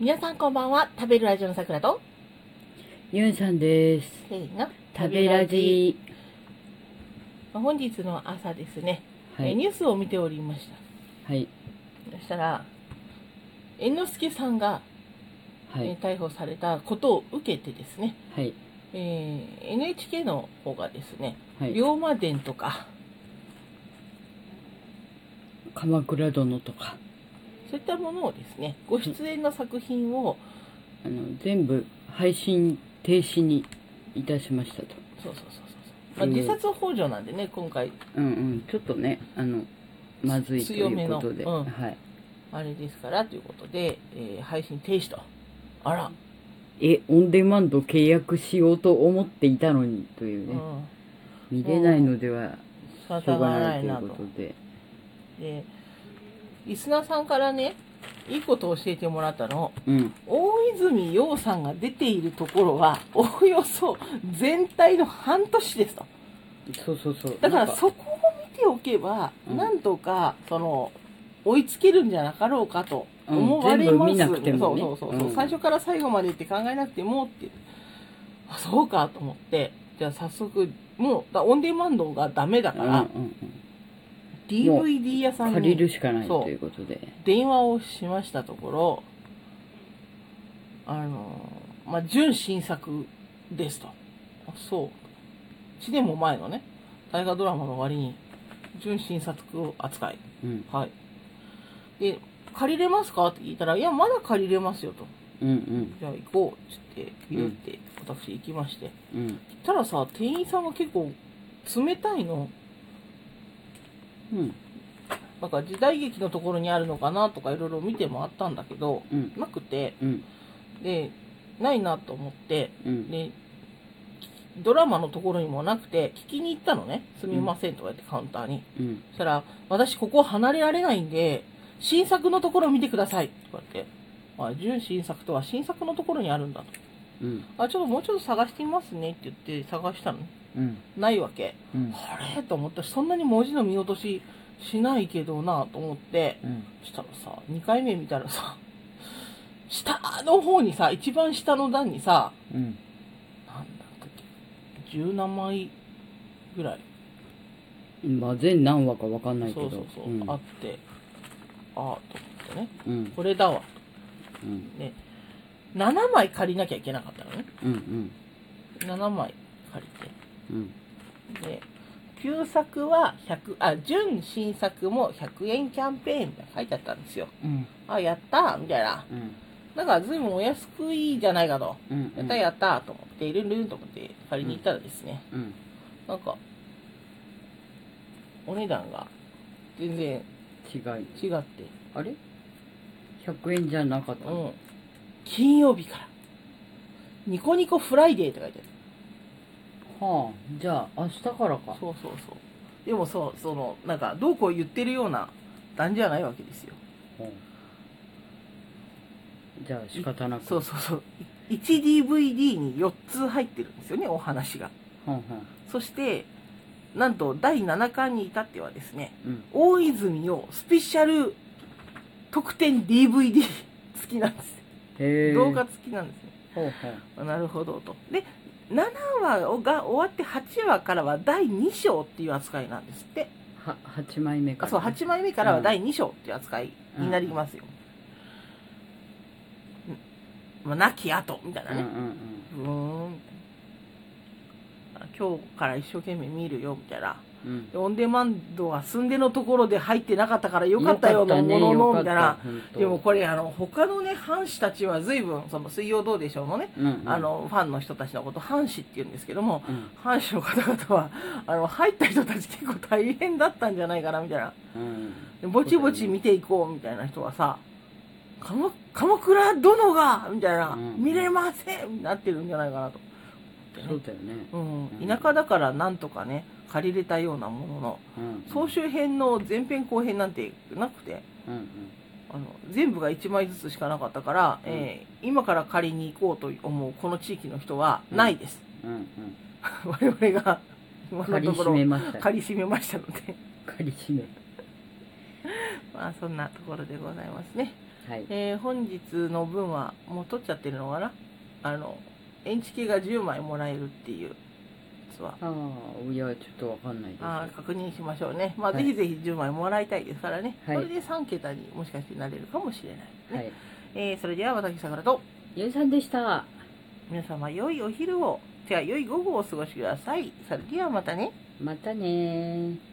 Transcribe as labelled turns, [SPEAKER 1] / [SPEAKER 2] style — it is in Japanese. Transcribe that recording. [SPEAKER 1] 皆さんこんばんは食べるラジオのさくらと
[SPEAKER 2] ユンさんです。
[SPEAKER 1] せーの
[SPEAKER 2] 食べラジ。
[SPEAKER 1] 本日の朝ですね、
[SPEAKER 2] は
[SPEAKER 1] え
[SPEAKER 2] い。
[SPEAKER 1] ニュースを見ておりました
[SPEAKER 2] はい。
[SPEAKER 1] そしたら猿之助さんが、
[SPEAKER 2] は
[SPEAKER 1] えー
[SPEAKER 2] い。
[SPEAKER 1] 逮捕されたことを受けてですね、
[SPEAKER 2] はい。
[SPEAKER 1] えー NHK の方がですね
[SPEAKER 2] はい。
[SPEAKER 1] 龍馬伝とか
[SPEAKER 2] 鎌倉殿とか、
[SPEAKER 1] そういったものをですねご出演の作品を
[SPEAKER 2] あの、全部配信停止にいたしましたと。
[SPEAKER 1] そうそうそうそうそう、まあ、自殺幇助なんでね今回
[SPEAKER 2] うんうん。ちょっとね、あの、まずいと
[SPEAKER 1] 強
[SPEAKER 2] い
[SPEAKER 1] め
[SPEAKER 2] う
[SPEAKER 1] の
[SPEAKER 2] ことで。
[SPEAKER 1] うん
[SPEAKER 2] はい。
[SPEAKER 1] あれですからということで、えー配信停止とあら、
[SPEAKER 2] え、オンデマンド契約しようと思っていたのにという
[SPEAKER 1] う
[SPEAKER 2] ね。
[SPEAKER 1] ん
[SPEAKER 2] 見れないのでは、
[SPEAKER 1] 仕
[SPEAKER 2] しょ
[SPEAKER 1] 方
[SPEAKER 2] うが
[SPEAKER 1] が
[SPEAKER 2] な
[SPEAKER 1] ないい
[SPEAKER 2] とい
[SPEAKER 1] な
[SPEAKER 2] うこととで。
[SPEAKER 1] でリスナーさんからねいいことを教えてもらったの
[SPEAKER 2] うん。
[SPEAKER 1] 大泉洋さんが出ているところはおおよそ全体の半年ですと
[SPEAKER 2] そうそうそう。
[SPEAKER 1] だから
[SPEAKER 2] なん
[SPEAKER 1] そこを見ておけば
[SPEAKER 2] うん
[SPEAKER 1] なんとかその追いつけるんじゃなかろうかと思
[SPEAKER 2] うん
[SPEAKER 1] われます、
[SPEAKER 2] 全部見なくてもね
[SPEAKER 1] そうそうそうそう、
[SPEAKER 2] うん
[SPEAKER 1] 最初から最後までって考えなくてもってあそうかと思ってじゃあ早速もうだオンデマンドがダメだから、
[SPEAKER 2] うんうんうん。
[SPEAKER 1] DVD 屋さん
[SPEAKER 2] 借り
[SPEAKER 1] に
[SPEAKER 2] るしかない
[SPEAKER 1] そう
[SPEAKER 2] ということで。
[SPEAKER 1] 電話をしましたところ、あの、まあ、純新作ですと。あそう。1年も前のね、大河ドラマの割に、純新作を扱い。
[SPEAKER 2] うん。
[SPEAKER 1] はい。で、借りれますかって聞いたら、いや、まだ借りれますよと。
[SPEAKER 2] うんうん。
[SPEAKER 1] じゃあ行こう。つって、ビビって、私行きまして。
[SPEAKER 2] うん。
[SPEAKER 1] たらさ、店員さんが結構冷たいの。
[SPEAKER 2] うん。
[SPEAKER 1] なんか時代劇のところにあるのかなとかいろいろ見てもあったんだけど、
[SPEAKER 2] うん。
[SPEAKER 1] なくて、
[SPEAKER 2] うん。
[SPEAKER 1] でないなと思って
[SPEAKER 2] うん。
[SPEAKER 1] でドラマのところにもなくて聞きに行ったのね「すみません」とか言ってカウンターに
[SPEAKER 2] うん。
[SPEAKER 1] そしたら「私ここ離れられないんで新作のところを見てください」とか言って「あ純新作とは新作のところにあるんだ」と
[SPEAKER 2] うん。
[SPEAKER 1] 「あちょっともうちょっと探してみますね」って言って探したの
[SPEAKER 2] うん。
[SPEAKER 1] ないわけ
[SPEAKER 2] うん。
[SPEAKER 1] あれと思ったそんなに文字の見落とししないけどなと思って
[SPEAKER 2] うん。
[SPEAKER 1] したらさ2回目見たらさ下の方にさ一番下の段にさ
[SPEAKER 2] うん。
[SPEAKER 1] なんだったっけ十何枚ぐらい
[SPEAKER 2] まあ、全何話かわかんないけ
[SPEAKER 1] そ
[SPEAKER 2] ど。
[SPEAKER 1] うそうそう、
[SPEAKER 2] ん
[SPEAKER 1] あってああと思ってね
[SPEAKER 2] うん。
[SPEAKER 1] これだわ
[SPEAKER 2] うん。
[SPEAKER 1] ね7枚借りなきゃいけなかったのね
[SPEAKER 2] うん。うん。
[SPEAKER 1] 7枚借
[SPEAKER 2] うん。
[SPEAKER 1] りてで旧作は100あ純新作も100円キャンペーンみたいなの書いてあったんですよ
[SPEAKER 2] うん。
[SPEAKER 1] あやったーみたいな
[SPEAKER 2] うん。
[SPEAKER 1] だから随分お安くいいじゃないかと
[SPEAKER 2] うん。
[SPEAKER 1] やったやったと思って、ルンルンと思って借りに行ったらですね、
[SPEAKER 2] うん。
[SPEAKER 1] なんか、お値段が全然
[SPEAKER 2] 違い。
[SPEAKER 1] 違って、
[SPEAKER 2] あれ ?100 円じゃなかった
[SPEAKER 1] う
[SPEAKER 2] の
[SPEAKER 1] ん。金曜日から、ニコニコフライデーって書いてあ
[SPEAKER 2] はあ。じゃあ、明日からか
[SPEAKER 1] る。。そうそうそう。でもそう、その、なんか、どうこう言ってるような段じゃないわけですよ。
[SPEAKER 2] うんじゃあ、仕方なく。
[SPEAKER 1] そうそうそう。1DVD に4つ入ってるんですよね、お話が。
[SPEAKER 2] はんはん
[SPEAKER 1] そして、なんと第7巻に至ってはですね、
[SPEAKER 2] うん。
[SPEAKER 1] 大泉洋スペシャル特典 DVD 好きなんですよ、
[SPEAKER 2] へえ。
[SPEAKER 1] 動画付きなんですね
[SPEAKER 2] ほうほう。
[SPEAKER 1] あなるほどとで7話が終わって8話からは第2章っていう扱いなんですって
[SPEAKER 2] は、8枚目か
[SPEAKER 1] あ
[SPEAKER 2] ら。
[SPEAKER 1] そう8枚目からは第2章っていう扱いになりますよ、んまあ、亡き後みたいな
[SPEAKER 2] うん
[SPEAKER 1] ね
[SPEAKER 2] う、ん
[SPEAKER 1] うーんあ今日から一生懸命見るよみたいな
[SPEAKER 2] うん。うん。
[SPEAKER 1] オンデマンドは寸でのところで入ってなかったからよかったようなものの、みたいな。でもこれあの他のね藩士たちは随分その水曜どうでしょうのね、
[SPEAKER 2] れ、うんうん
[SPEAKER 1] あ、のファンの人たちのこと藩士って言うんですけども
[SPEAKER 2] うん
[SPEAKER 1] 藩士の方々はあの入った人たち結構大変だったんじゃないかなみたいな
[SPEAKER 2] うん。
[SPEAKER 1] ぼちぼち見ていこうみたいな人はさ「鎌鎌倉殿が!」みたいな、
[SPEAKER 2] うん
[SPEAKER 1] 見れません!」になってるんじゃないかなと
[SPEAKER 2] そうだよね。
[SPEAKER 1] 思ってね、
[SPEAKER 2] う
[SPEAKER 1] うんん、田舎だからなんとかね借りれたようなものの
[SPEAKER 2] うん。
[SPEAKER 1] 総集編の前編後編なんてなくて
[SPEAKER 2] うんうん。
[SPEAKER 1] あの全部が1枚ずつしかなかったから、
[SPEAKER 2] うん
[SPEAKER 1] えー今から借りに行こうと思うこの地域の人はないです、
[SPEAKER 2] うんうん。
[SPEAKER 1] 我々が今
[SPEAKER 2] 借
[SPEAKER 1] の
[SPEAKER 2] り
[SPEAKER 1] とこ
[SPEAKER 2] し
[SPEAKER 1] ろ
[SPEAKER 2] めました。
[SPEAKER 1] 借りしめましたので
[SPEAKER 2] 借りしめ。
[SPEAKER 1] まあそんなところでございますね
[SPEAKER 2] はい。
[SPEAKER 1] えー本日の分はもう取っちゃってるのかなあのエンチケが10枚もらえるっていうやつは
[SPEAKER 2] ああ、いや、ちょっとわかんないです。
[SPEAKER 1] あー確認しましょうね、まあ
[SPEAKER 2] はい
[SPEAKER 1] ぜひぜひ10枚もらいたいですからね、
[SPEAKER 2] はい
[SPEAKER 1] それで3桁にもしかしてなれるかもしれない、ね
[SPEAKER 2] はい。
[SPEAKER 1] えーそれでは私さくらと
[SPEAKER 2] ゆいさんでした。
[SPEAKER 1] 皆様良いお昼をじゃあ良い午後をお過ごしくださいそれではまたね
[SPEAKER 2] またねー。